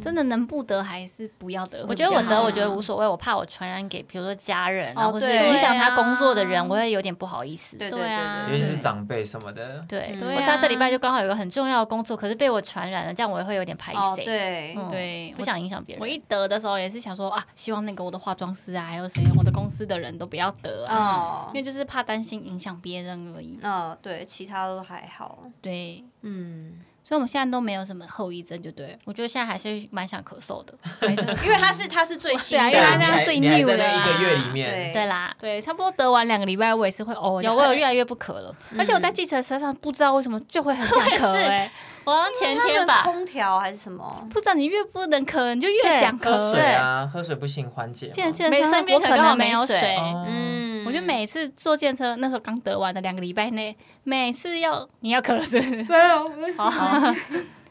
Speaker 2: 真的能不得还是不要得。
Speaker 4: 我觉得我
Speaker 2: 会比较
Speaker 4: 得，
Speaker 2: 好啊
Speaker 4: 我觉得无所谓，我怕我传染给比如说家人啊，
Speaker 3: 哦
Speaker 4: 或是
Speaker 3: 对
Speaker 4: 影响他工作的人，
Speaker 2: 啊
Speaker 4: 我会有点不好意思。
Speaker 3: 对
Speaker 2: 对啊
Speaker 1: 尤其是
Speaker 3: 对
Speaker 1: 长辈什么的。
Speaker 4: 对，
Speaker 3: 嗯
Speaker 4: 我
Speaker 3: 对
Speaker 4: 上这
Speaker 2: 啊
Speaker 4: 礼拜就刚好有一个很重要的工作，可是被我传染了，这样我也会有点排斥、
Speaker 3: 哦，对，
Speaker 4: 嗯
Speaker 2: 啊对，
Speaker 4: 不想影响别
Speaker 2: 我。
Speaker 4: 人。
Speaker 2: 我一得的时候也是想说啊，希望那个我的化妆师啊，还有谁，我的公司的人都不要得啊，
Speaker 3: 哦
Speaker 2: 因，为就是怕担心影响别人而已。
Speaker 3: 嗯，对，其他都还好，
Speaker 2: 对，
Speaker 3: 嗯，
Speaker 2: 所以我们现在都没有什么后遗症，就对了。
Speaker 4: 我觉得现在还是蛮想咳嗽 的。
Speaker 2: 还是
Speaker 3: 因为他是他是最新的，
Speaker 2: 嗯对啊因
Speaker 1: 你
Speaker 2: 为他现在
Speaker 1: 还
Speaker 2: 最
Speaker 1: 你还
Speaker 2: new
Speaker 1: 在
Speaker 2: 的
Speaker 1: 那一个
Speaker 2: 啦
Speaker 1: 月里面，
Speaker 4: 对啦，
Speaker 2: 对，差不多得完两个礼拜，我也是会偶尔
Speaker 4: 有我有越来越不咳了。
Speaker 2: 而且我在计程车上不知道为什么就会很 想咳、
Speaker 4: 我也是
Speaker 2: 哎
Speaker 4: 我好像前天
Speaker 3: 他
Speaker 4: 吧
Speaker 3: 们，空调还是什么？
Speaker 2: 不知道你越不能咳，你就越
Speaker 4: 对
Speaker 2: 想
Speaker 1: 喝
Speaker 2: 咳。
Speaker 1: 水啊，喝水不行缓解吗。
Speaker 2: 计程计程
Speaker 4: 没
Speaker 2: 车
Speaker 4: 身边
Speaker 2: 我
Speaker 4: 可
Speaker 2: 可
Speaker 4: 能
Speaker 2: 能
Speaker 4: 没
Speaker 2: 啊没有
Speaker 4: 水
Speaker 2: 水，
Speaker 1: 哦
Speaker 3: 嗯，
Speaker 2: 我就每次坐电车，那时候刚得完的两个礼拜内，每次要你要咳是 不是？
Speaker 3: 没有，
Speaker 2: 好，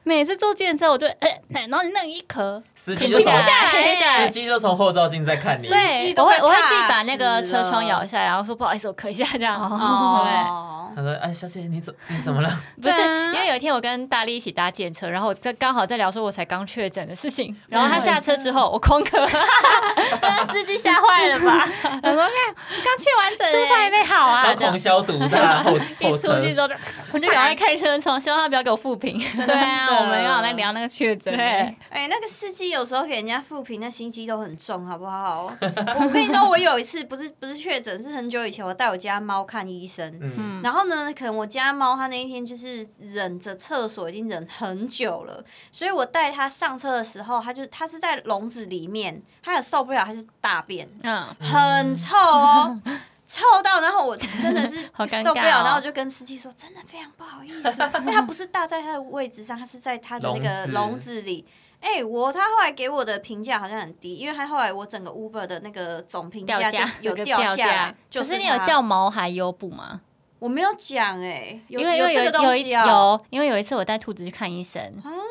Speaker 2: 每次坐电车我就，呃然后你那个一咳，
Speaker 1: 司机
Speaker 4: 停
Speaker 1: 就
Speaker 4: 不
Speaker 1: 从
Speaker 4: 下来，
Speaker 2: 停
Speaker 4: 停
Speaker 2: 不
Speaker 4: 不
Speaker 2: 下
Speaker 4: 下
Speaker 2: 来
Speaker 1: 司
Speaker 4: 来。
Speaker 1: 机就从后照镜在看你。
Speaker 3: 对
Speaker 4: 我会我会自己把那个车窗摇下来，然后说不好意思，我咳一下这样。对。
Speaker 3: 哦，
Speaker 1: 他说：“哎，小姐，你怎你怎么了？
Speaker 4: 不是，
Speaker 2: 对啊
Speaker 4: 因为有一天我跟大力一起搭电车，然后我在刚好在聊说我才刚确诊的事情，
Speaker 2: 嗯
Speaker 4: 然后他下车之后我空咳，
Speaker 2: 欸
Speaker 4: 那 司机吓坏了吧？
Speaker 2: 我说看刚去完整、
Speaker 4: 身上也
Speaker 2: 欸，
Speaker 4: 没好啊，
Speaker 1: 要
Speaker 4: 这样
Speaker 1: 狂消毒的后
Speaker 4: 一
Speaker 1: 后
Speaker 4: 出
Speaker 1: 车。”
Speaker 4: 去之后就，我就赶快开车窗，希望他不要给我复评。
Speaker 2: 对啊，我们刚好在
Speaker 3: 真的
Speaker 2: 聊那个确诊、
Speaker 4: 对，
Speaker 3: 哎、那个司机有时候给人家负评，那心机都很重，好不好？ 我跟你说，我有一次不是不是确诊，是很久以前，我带我家猫看医生。
Speaker 1: 嗯，
Speaker 3: 然后呢，可能我家猫它那一天就是忍着厕所已经忍很久了，所以我带它上车的时候，它就它是在笼子里面，它也受不了，它就大便，
Speaker 4: 嗯，
Speaker 3: 很臭哦， 臭到，然后我真的是
Speaker 4: 好尴尬哦
Speaker 3: 受不了，然后我就跟司机说，真的非常不好意 思，因为他不是搭在他的位置上，他是在他的那
Speaker 1: 笼
Speaker 3: 个
Speaker 1: 子
Speaker 3: 笼子里。哎、我他后来给我的评价好像很低，因为他后来我整个 Uber 的那个总评价
Speaker 4: 掉
Speaker 3: 就
Speaker 4: 价
Speaker 3: 有
Speaker 4: 整个
Speaker 3: 掉
Speaker 4: 掉
Speaker 3: 下来
Speaker 4: 价，
Speaker 3: 就
Speaker 4: 可是你
Speaker 3: 他
Speaker 4: 有叫毛孩优步吗？
Speaker 3: 我没有讲哎、有
Speaker 4: 因为因为
Speaker 3: 这
Speaker 4: 有
Speaker 3: 个
Speaker 4: 有
Speaker 3: 东
Speaker 4: 一
Speaker 3: 西啊，
Speaker 4: 有，因为有一次我带兔子去看医生，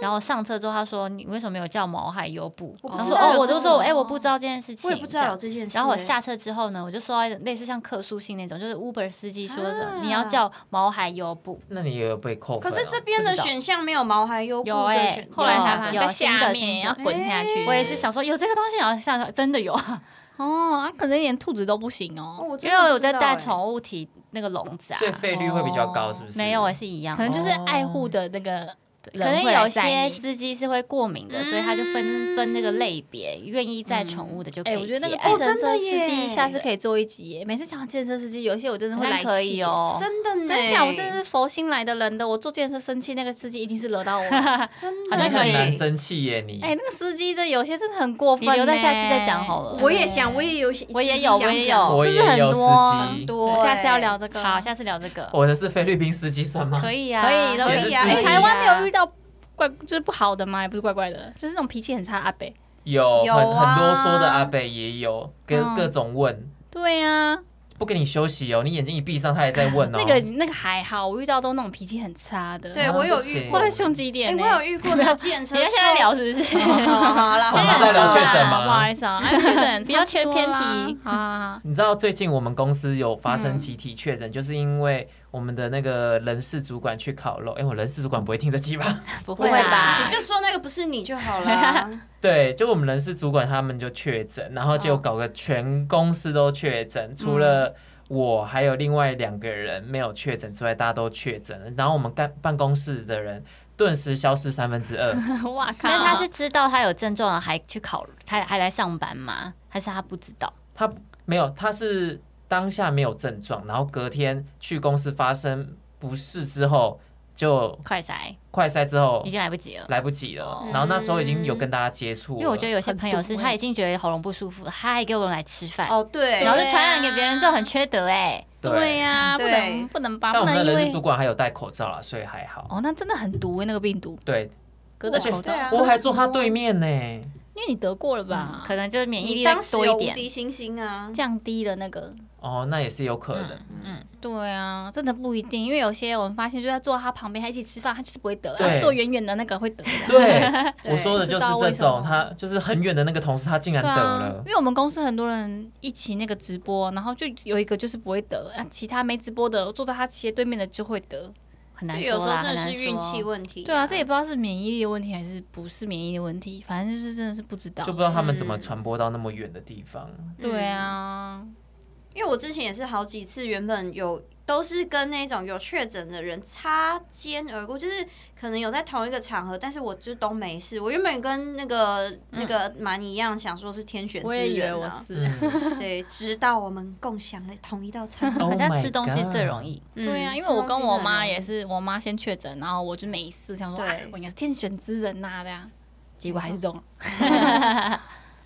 Speaker 4: 然后上车之后他说你为什么没有叫毛海优步？
Speaker 3: 我不
Speaker 4: 然后
Speaker 3: 知
Speaker 4: 说
Speaker 3: 道
Speaker 4: 哦，
Speaker 3: 有
Speaker 4: 我
Speaker 3: 这
Speaker 4: 就
Speaker 3: 个
Speaker 4: 说
Speaker 3: 吗
Speaker 4: 哎、我不知道这件事情，
Speaker 3: 我也不知
Speaker 4: 这
Speaker 3: 道
Speaker 4: 样
Speaker 3: 有这件事、哎欸
Speaker 4: 然后我下车之后呢，我就收到一种类似像客诉信那种，就是 Uber 司机说的、你要
Speaker 3: 啊
Speaker 4: 叫毛海优步，
Speaker 1: 那你也有被扣
Speaker 3: 可
Speaker 1: 分哦。
Speaker 3: 是这边
Speaker 4: 不
Speaker 3: 的
Speaker 4: 知道
Speaker 3: 选项没有毛孩优酷
Speaker 4: 有
Speaker 3: 的
Speaker 4: 哎
Speaker 3: 选，
Speaker 4: 后来才
Speaker 3: 有
Speaker 4: 发
Speaker 2: 在
Speaker 3: 啊
Speaker 4: 现有新
Speaker 2: 下
Speaker 4: 的新
Speaker 2: 面
Speaker 4: 的
Speaker 2: 要滚下
Speaker 3: 哎
Speaker 2: 去。
Speaker 4: 我也是想说有这个东西，然后下车真的有，
Speaker 2: 哦，啊，可能连兔子都不行
Speaker 3: 哦
Speaker 2: 哦，
Speaker 3: 我真
Speaker 4: 因
Speaker 3: 的不
Speaker 4: 为我有
Speaker 3: 知
Speaker 4: 在
Speaker 3: 道
Speaker 4: 带
Speaker 3: 哎
Speaker 4: 宠物体那个笼子啊
Speaker 1: 所，以费率会比较高，
Speaker 2: 哦
Speaker 1: 是不是？
Speaker 4: 没有，也是一样
Speaker 2: 可，能就是爱护
Speaker 1: 哦
Speaker 2: 的那个对
Speaker 4: 可
Speaker 2: 人
Speaker 4: 能
Speaker 2: 会来
Speaker 4: 有
Speaker 2: 载
Speaker 4: 些
Speaker 2: 你
Speaker 4: 司机是会过敏的，所以他就分分那个类别，愿意载宠物的就可
Speaker 2: 哎、
Speaker 4: 以接。
Speaker 2: 我觉得那个
Speaker 3: 哦
Speaker 2: 计程
Speaker 3: 真
Speaker 2: 车
Speaker 3: 的
Speaker 2: 司机
Speaker 3: 耶
Speaker 2: 下次可以做一集耶。每次讲到计程车司机，有一些我真的会
Speaker 4: 好像
Speaker 2: 来
Speaker 4: 可
Speaker 2: 气
Speaker 4: 以
Speaker 2: 耶。
Speaker 4: 哦，
Speaker 3: 真的呢，
Speaker 2: 跟你讲，我真的是佛心来的人的。我坐计程车生气，那个司机一定是惹 到我。哎、
Speaker 3: 真的
Speaker 4: 好像
Speaker 1: 你
Speaker 4: 可
Speaker 1: 很
Speaker 4: 以
Speaker 1: 难生气耶，你。
Speaker 2: 那个司机这有些真的很过分
Speaker 4: 你
Speaker 2: 呢。
Speaker 4: 留在下次再讲好了。
Speaker 3: 我也想，我也有，
Speaker 4: 我也
Speaker 3: 司机想
Speaker 4: 有我也
Speaker 3: 讲
Speaker 4: 有
Speaker 1: 我
Speaker 2: 是不是
Speaker 1: 也
Speaker 2: 很
Speaker 1: 有司
Speaker 2: 多啊
Speaker 1: 机，
Speaker 3: 多
Speaker 2: 对，
Speaker 3: 欸
Speaker 2: 下次要聊这个。
Speaker 4: 好，下次聊这个。
Speaker 1: 我的是菲律宾司机算哦吗？
Speaker 4: 可以啊呀，
Speaker 2: 可以
Speaker 4: 都
Speaker 2: 都
Speaker 1: 也
Speaker 2: 可
Speaker 1: 是
Speaker 2: 以
Speaker 1: 司
Speaker 2: 哎
Speaker 1: 机
Speaker 2: 台湾没有遇
Speaker 4: 到。
Speaker 2: 到怪就是不好的吗？也不是怪怪的，就是那种脾气很差的阿北。
Speaker 1: 有
Speaker 3: 有
Speaker 1: 很很多
Speaker 3: 啊
Speaker 1: 说的阿北也有，
Speaker 2: 嗯
Speaker 1: 各各种问，
Speaker 2: 对啊，
Speaker 1: 不给你休息哦，你眼睛一闭上，他也在问哦。
Speaker 2: 那个那个还好，我遇到都那种脾气很差的。
Speaker 3: 对
Speaker 1: 啊
Speaker 3: 我有
Speaker 1: 不
Speaker 3: 遇
Speaker 1: 行
Speaker 3: 过
Speaker 2: 会，凶几
Speaker 3: 哎，
Speaker 2: 点呢？
Speaker 3: 我有遇过那个健车
Speaker 4: 你要现在 聊是不
Speaker 3: 车，
Speaker 4: 是？
Speaker 3: 好好啦，
Speaker 1: 我
Speaker 3: 好
Speaker 1: 们
Speaker 3: 啦
Speaker 1: 再聊
Speaker 3: 好
Speaker 1: 确
Speaker 3: 啦
Speaker 1: 诊吗
Speaker 2: 不好意 思啊，哎确诊
Speaker 4: 不要缺偏题
Speaker 2: 好好 好，
Speaker 1: 你知道最近我们公司有发生
Speaker 4: 嗯
Speaker 1: 集体确诊，就是因为我们的那个人事主管去烤
Speaker 3: 嗯
Speaker 1: 肉。哎、我人事主管不会听这期吧？
Speaker 4: 不
Speaker 2: 会吧
Speaker 3: 你就说那个不是你就好 了。
Speaker 1: 对，就我们人事主管他们就确诊，然后就搞个全公司都确
Speaker 3: 嗯
Speaker 1: 诊，除了我还有另外两个人没有确诊之外，大家都确诊了。然后我们干办公室的人顿时消失三分之二。
Speaker 2: 哇靠！
Speaker 4: 但他是知道他有症状了，还去考，他还来上班吗？还是他不知道？
Speaker 1: 他没有，他是当下没有症状，然后隔天去公司发生不适之后，就
Speaker 4: 快筛
Speaker 1: 快筛之后
Speaker 4: 已经来不及了。
Speaker 1: 来不及了
Speaker 4: 哦。
Speaker 1: 然后那时候已经有跟大家接触了，
Speaker 4: 因为我觉得有些朋友是
Speaker 2: 很毒欸
Speaker 4: 他已经觉得喉咙不舒服，他还给我来吃饭，
Speaker 3: 哦，对，
Speaker 4: 然后就
Speaker 2: 啊
Speaker 4: 传染给别人，就很缺德哎。
Speaker 2: 对呀，不
Speaker 3: 对
Speaker 2: 能不能吧？
Speaker 1: 但
Speaker 2: 不
Speaker 1: 我们
Speaker 2: 能
Speaker 1: 的
Speaker 2: 因
Speaker 1: 人事
Speaker 2: 为
Speaker 1: 主管还有戴口罩啦，所以还好。
Speaker 2: 哦，那真的很毒欸那个病毒，
Speaker 1: 对，
Speaker 2: 隔着
Speaker 3: 哇
Speaker 2: 口罩
Speaker 3: 对，啊
Speaker 1: 我还坐他对面呢。
Speaker 2: 因为你得过了吧？
Speaker 4: 嗯
Speaker 1: 嗯
Speaker 4: 可能就是免疫
Speaker 3: 你
Speaker 4: 力再
Speaker 3: 当时
Speaker 4: 多
Speaker 3: 有
Speaker 4: 一
Speaker 3: 无
Speaker 4: 点。
Speaker 3: 敌星星啊，
Speaker 2: 降低了那个，
Speaker 1: 哦，那也是有可能。
Speaker 4: 嗯，
Speaker 2: 对啊，真的不一定，因为有些我们发现就在坐他旁边，他一起吃饭，他就是不会得，
Speaker 1: 对
Speaker 2: 他坐远远的那个会 得的。
Speaker 1: 对，
Speaker 3: 对
Speaker 1: 我说的就是
Speaker 2: 不知道
Speaker 1: 这
Speaker 2: 为什么
Speaker 1: 种，他就是很远的那个同事，他竟然
Speaker 2: 对
Speaker 1: 等
Speaker 2: 啊，
Speaker 1: 了
Speaker 2: 因。为我们公司很多人一起那个直播，然后就有一个就是不会得，啊，其他没直播的坐在他斜对面的就会得。
Speaker 4: 很
Speaker 3: 就
Speaker 4: 难
Speaker 3: 有
Speaker 4: 说
Speaker 3: 时候
Speaker 4: 啦，
Speaker 3: 真
Speaker 4: 很
Speaker 3: 的
Speaker 4: 难
Speaker 3: 是运气
Speaker 4: 说。
Speaker 3: 问题。
Speaker 2: 对啊，这也不知道是免疫力的问题还是不是免疫力的问题，反正就是真的是不知道
Speaker 1: 就。不知道他们怎么传播到那么远的地方。
Speaker 3: 嗯
Speaker 2: 对啊，
Speaker 3: 因为我之前也是好几次，原本有都是跟那种有确诊的人擦肩而过，就是可能有在同一个场合，但是我就都没事。我原本跟那个、
Speaker 4: 嗯
Speaker 3: 那个蛮一样，想说是天选
Speaker 2: 我也以
Speaker 3: 之
Speaker 2: 为
Speaker 3: 人
Speaker 2: 我
Speaker 3: 啊，
Speaker 2: 是。
Speaker 1: 嗯，
Speaker 3: 对，直到我们共享了同一道餐。
Speaker 1: Oh
Speaker 4: 好像
Speaker 1: my
Speaker 4: 吃东西最
Speaker 1: God
Speaker 4: 容易，
Speaker 3: 嗯
Speaker 2: 对啊，因为
Speaker 3: 吃
Speaker 2: 我
Speaker 3: 东
Speaker 2: 跟
Speaker 3: 西
Speaker 2: 我
Speaker 3: 很
Speaker 2: 妈
Speaker 3: 容易
Speaker 2: 也是，我妈先确诊，然后我就没事，想说
Speaker 3: 对
Speaker 2: 哎，我应该是天选之人呐、这样，结果还是中了，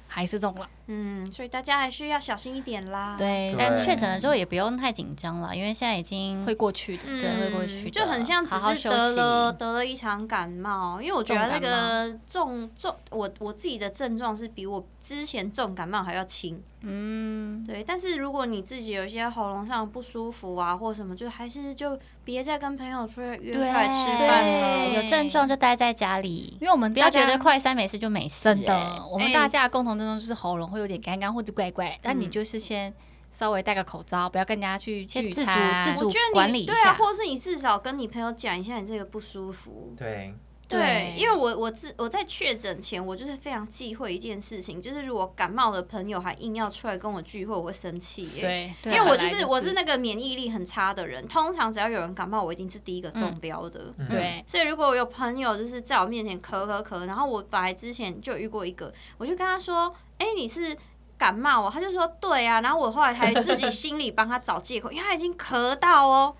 Speaker 2: 还是中了。
Speaker 3: 嗯，所以大家还是要小心一点啦。，
Speaker 2: 对，但
Speaker 4: 但
Speaker 1: 对
Speaker 4: 确诊了之后也不用太紧张了，因为现在已经
Speaker 2: 会过去的。
Speaker 3: 嗯
Speaker 4: 对会过去的
Speaker 3: 就很像只
Speaker 4: 好好
Speaker 3: 是
Speaker 4: 休
Speaker 3: 得了
Speaker 4: 息
Speaker 3: 得了一场感冒，因为我觉得那
Speaker 2: 重感冒
Speaker 3: 个重重，我我自己的症状是比我之前重感冒还要轻。
Speaker 2: 嗯，
Speaker 3: 对，但是如果你自己有一些喉咙上不舒服啊，或什么，就还是就别再跟朋友出来约出来吃饭
Speaker 4: 对，啊
Speaker 3: 了。
Speaker 4: 有症状就待在家里，
Speaker 2: 因为我们
Speaker 4: 不要
Speaker 2: 大家
Speaker 4: 觉得快三没事就没事、
Speaker 2: 真
Speaker 4: 欸
Speaker 2: 的，我们
Speaker 3: 哎
Speaker 2: 大家的共同症状就是喉咙会有点干干或者怪怪，但你就是先稍微戴个口罩，不要跟人家去
Speaker 4: 先
Speaker 2: 聚
Speaker 4: 自主
Speaker 2: 餐。
Speaker 4: 自主
Speaker 3: 我觉得
Speaker 4: 管
Speaker 3: 你
Speaker 4: 理一
Speaker 3: 对啊，
Speaker 4: 下
Speaker 3: 或是你至少跟你朋友讲一下你这个不舒服。
Speaker 1: 对，
Speaker 3: 对
Speaker 2: 对，
Speaker 3: 因为我我自我在确诊前，我就是非常忌讳一件事情，就是如果感冒的朋友还硬要出来跟我聚会，我会生气耶、
Speaker 2: 对，
Speaker 3: 因
Speaker 2: 对啊
Speaker 3: 为我就
Speaker 2: 本来
Speaker 3: 是我是那个免疫力很差的人，通常只要有人感冒，我一定是第一个中标的。
Speaker 1: 嗯
Speaker 2: 对，
Speaker 3: 所以如果我有朋友就是在我面前咳咳咳，然后我本来之前就有遇过一个，我就跟他说：“哎、你是感冒哦？”他就说：“对啊。”然后我后来还自己心里帮他找借口，因为他已经咳到哦，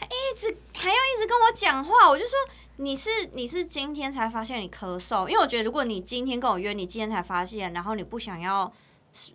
Speaker 3: 他一直还要一直跟我讲话，我就说。你是你是今天才发现你咳嗽，因为我觉得如果你今天跟我约，你今天才发现，然后你不想要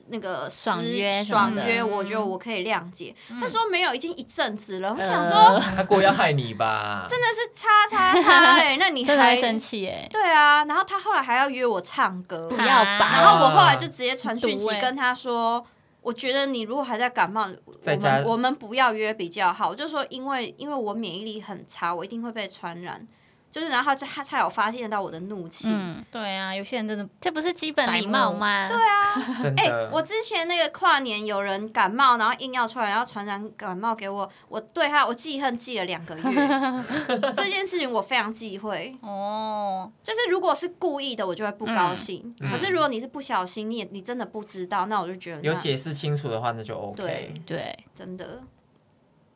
Speaker 3: 那个失
Speaker 4: 爽约什
Speaker 3: 爽
Speaker 4: 么的
Speaker 3: 约，我觉得我可以谅解。他说没有，已经一阵子了。我想说，
Speaker 4: 呃
Speaker 1: 他故意要害你吧？真的
Speaker 3: 真的是叉叉叉哎、那你
Speaker 4: 真的
Speaker 3: 还
Speaker 4: 会生气哎、
Speaker 3: 对啊，然后他后来还要约我唱歌
Speaker 4: 不，
Speaker 2: 啊
Speaker 4: 要
Speaker 3: 然
Speaker 4: 吧，嗯
Speaker 3: 后我后来就直接传讯息
Speaker 2: 很毒欸
Speaker 3: 跟他说。我觉得你如果还在感冒，我
Speaker 1: 在家
Speaker 3: 们我们不要约比较好。我就说，因为因为我免疫力很差，我一定会被传染。就是，然后他就他才有发现到我的怒气。
Speaker 4: 嗯，
Speaker 2: 对啊，有些人真的
Speaker 4: 这不是基本礼貌吗？对啊，
Speaker 1: 真
Speaker 3: 哎、
Speaker 1: 的，
Speaker 3: 我之前那个跨年有人感冒，然后硬要出来，然后传染感冒给我，我对他我记恨记了两个 月。这件事情我非常忌讳。
Speaker 2: 哦，
Speaker 3: 就是如果是故意的，我就会不高兴。
Speaker 1: 嗯
Speaker 3: 可是如果你是不小心，你也你真的不知道，那我就觉得那
Speaker 1: 有解释清楚的话，那就 OK。
Speaker 3: 对
Speaker 4: 对，
Speaker 3: 真的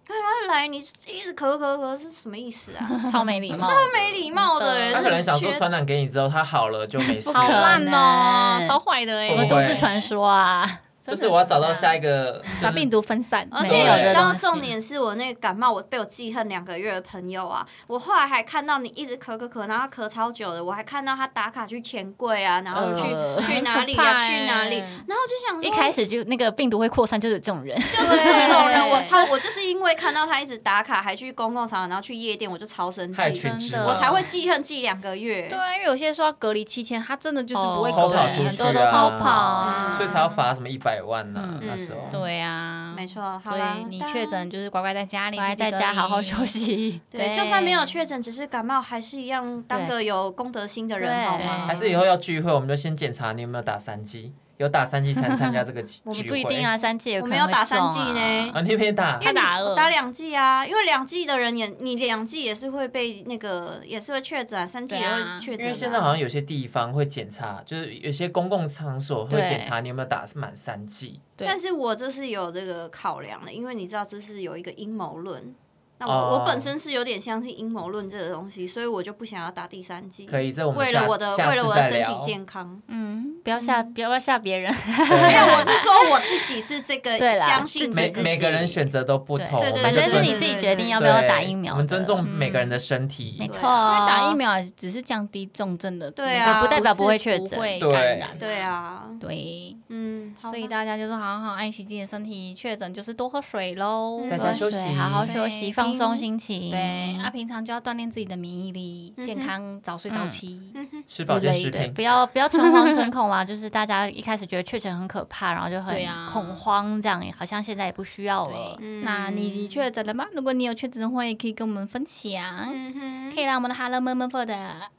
Speaker 3: 他来你一直咳咳咳是什么意思啊？
Speaker 4: 超没礼貌的，
Speaker 3: 超没礼貌的欸
Speaker 1: 他可能想说
Speaker 3: 学
Speaker 1: 传染给你之后，他好了就没事
Speaker 4: 不可
Speaker 2: 好
Speaker 1: 了。
Speaker 2: 烂哦，
Speaker 4: 能
Speaker 2: 超坏的哎、
Speaker 4: 什
Speaker 1: 怎
Speaker 4: 么
Speaker 1: 么
Speaker 4: 都
Speaker 1: 会
Speaker 4: 市传说啊，
Speaker 1: 就是我要找到下
Speaker 2: 一
Speaker 1: 一个，就
Speaker 2: 把病
Speaker 1: 是
Speaker 2: 毒分散，
Speaker 3: 而且
Speaker 1: 没有
Speaker 3: 你知
Speaker 1: 这
Speaker 3: 道
Speaker 4: 东西
Speaker 3: 重点是我那个感冒，我被我记恨两个月的朋友啊，我后来还看到你一直咳咳咳，然后他咳超久的，我还看到他打卡去钱柜啊，然后去、
Speaker 4: 呃
Speaker 3: 去哪里
Speaker 2: 很可
Speaker 3: 啊，
Speaker 2: 怕
Speaker 3: 去哪里，
Speaker 2: 欸
Speaker 3: 然后就想说
Speaker 4: 一开始就那个病毒会扩散，就是有这种人，
Speaker 3: 就是这种人，
Speaker 2: 对
Speaker 3: 我超我就是因为看到他一直打卡，还去公共场合，然后去夜店，我就超生
Speaker 1: 害
Speaker 3: 气，
Speaker 1: 群之
Speaker 4: 真的
Speaker 1: 马，
Speaker 3: 我才会记恨记两个月。
Speaker 2: 对啊，因为有些说要隔离七天，他真的就是不会
Speaker 1: 偷
Speaker 2: 隔
Speaker 1: 跑
Speaker 2: 离，
Speaker 1: 出
Speaker 4: 很
Speaker 1: 去
Speaker 4: 多都
Speaker 1: 啊
Speaker 4: 偷跑啊，
Speaker 1: 所以才要罚什么一百万呢、
Speaker 4: 嗯
Speaker 1: 那时候
Speaker 3: 嗯，
Speaker 2: 对啊，
Speaker 3: 没错，好
Speaker 2: 所
Speaker 3: 啦
Speaker 2: 以你
Speaker 3: 大家
Speaker 2: 确诊就是乖乖在家里，
Speaker 4: 乖，在家好好休。息。
Speaker 3: 对，
Speaker 2: 对
Speaker 3: 就算没有确诊，只是感冒，还是一样当个有公德心的人
Speaker 2: 对
Speaker 3: 好吗？
Speaker 1: 还是以后要聚会，我们就先检查你有没有打三剂，有打三剂才能参加这个聚
Speaker 4: 我们
Speaker 1: 聚
Speaker 4: 不
Speaker 1: 会。
Speaker 4: 一定啊，三剂也
Speaker 3: 我
Speaker 4: 可
Speaker 3: 没
Speaker 4: 能
Speaker 3: 有
Speaker 4: 会
Speaker 3: 打三
Speaker 4: 中
Speaker 3: 剂
Speaker 4: 啊
Speaker 3: 呢
Speaker 1: 啊，你没打
Speaker 3: 因为你
Speaker 2: 他打二
Speaker 3: 我打两剂啊，因为两剂的人也你两剂也是会被那个也是会确诊啊，三剂也
Speaker 2: 对
Speaker 3: 会
Speaker 2: 啊
Speaker 3: 确诊啊、
Speaker 1: 因为现在好像有些地方会检查，就是有些公共场所会
Speaker 4: 对
Speaker 1: 检查你有没有打满三剂。
Speaker 2: 对
Speaker 3: 但是我这是有这个考量的，因为你知道这是有一个阴谋论。那我、
Speaker 1: 哦
Speaker 3: 我本身是有点相信阴谋论这个东西，所以我就不想要打第三剂。
Speaker 1: 可以，这我们
Speaker 3: 为
Speaker 1: 下
Speaker 3: 了我的
Speaker 1: 下
Speaker 3: 为
Speaker 1: 次
Speaker 3: 了我的
Speaker 1: 再
Speaker 3: 身体
Speaker 1: 聊
Speaker 3: 健康，
Speaker 4: 嗯，不要吓，不要吓别人。
Speaker 1: 对
Speaker 3: 没有，我是说我自己是这个
Speaker 4: 对啦
Speaker 3: 相信
Speaker 4: 自己
Speaker 1: 每
Speaker 3: 这
Speaker 1: 每个人选择都不
Speaker 4: 对
Speaker 1: 同，
Speaker 3: 对
Speaker 1: 我
Speaker 3: 对
Speaker 1: 们
Speaker 4: 反
Speaker 1: 就
Speaker 4: 正是
Speaker 1: 尊
Speaker 4: 你自己决定要不
Speaker 1: 对
Speaker 4: 要打疫苗的。
Speaker 1: 我们尊重每个人
Speaker 4: 嗯
Speaker 1: 的身体。
Speaker 4: 没错，啊
Speaker 3: 因
Speaker 2: 因为打疫苗只是降低重症的，
Speaker 3: 对啊
Speaker 2: 它
Speaker 4: 不代表不会确诊
Speaker 2: 不会
Speaker 1: 对
Speaker 2: 感染，
Speaker 3: 对，啊，
Speaker 2: 对。
Speaker 3: 嗯，好吧
Speaker 2: 所以大家就是好好爱惜自己的身体，确诊就是多喝水喽，
Speaker 3: 在家
Speaker 1: 休息
Speaker 4: 对好好休息，
Speaker 2: 对
Speaker 4: 放松心情。嗯
Speaker 2: 对啊，平常就要锻炼自己的免疫力，
Speaker 3: 嗯哼
Speaker 2: 健康，早睡早起。
Speaker 3: 嗯
Speaker 1: 吃保
Speaker 4: 之
Speaker 1: 健食
Speaker 4: 类的，
Speaker 1: 品
Speaker 4: 不，要不要诚惶诚恐 啦。就是大家一开始觉得确诊很可怕，然后就很
Speaker 2: 对啊
Speaker 4: 恐慌，这样好像现在也不需要
Speaker 3: 嗯
Speaker 4: 了。
Speaker 2: 对，那你确诊了吗？如果你有确诊的话，也可以跟我们分享，
Speaker 3: 嗯哼
Speaker 2: 可以让我们的 Hello 闷闷 f 的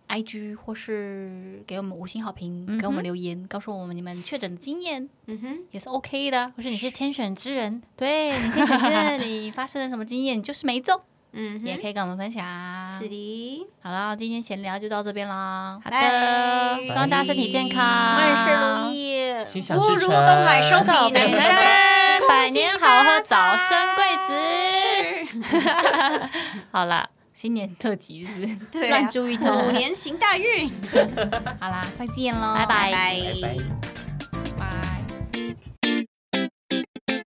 Speaker 2: IG 或是给我们五星好评，给我
Speaker 4: 嗯哼
Speaker 2: 们留言，告诉我们你们确诊的经验
Speaker 3: 嗯哼，
Speaker 2: 也是 OK 的。
Speaker 4: 或是你是天选之人，
Speaker 2: 对，你可以选 择你发生了什么经验，你就是没中，
Speaker 3: 嗯哼，
Speaker 2: 也可以跟啊我们分享。
Speaker 3: 是的，
Speaker 2: 好啦，今天闲聊就到这边啦。
Speaker 4: 好
Speaker 3: 拜
Speaker 4: 的，希望大家身体健康，
Speaker 2: 万事如意，
Speaker 1: 心想
Speaker 3: 不
Speaker 1: 事
Speaker 3: 如
Speaker 1: 成。
Speaker 3: 东海收
Speaker 4: 寿
Speaker 3: 比
Speaker 4: 比
Speaker 3: 南
Speaker 4: 南
Speaker 3: 山。
Speaker 4: 山，百年好合，早生贵子。
Speaker 3: 是，
Speaker 4: 好啦，
Speaker 2: 新年特辑是不是？
Speaker 3: 对啊
Speaker 2: 乱注意头。
Speaker 3: 虎年行大运，
Speaker 2: 好啦，再见喽，
Speaker 4: 拜拜
Speaker 1: 拜拜。
Speaker 2: 拜。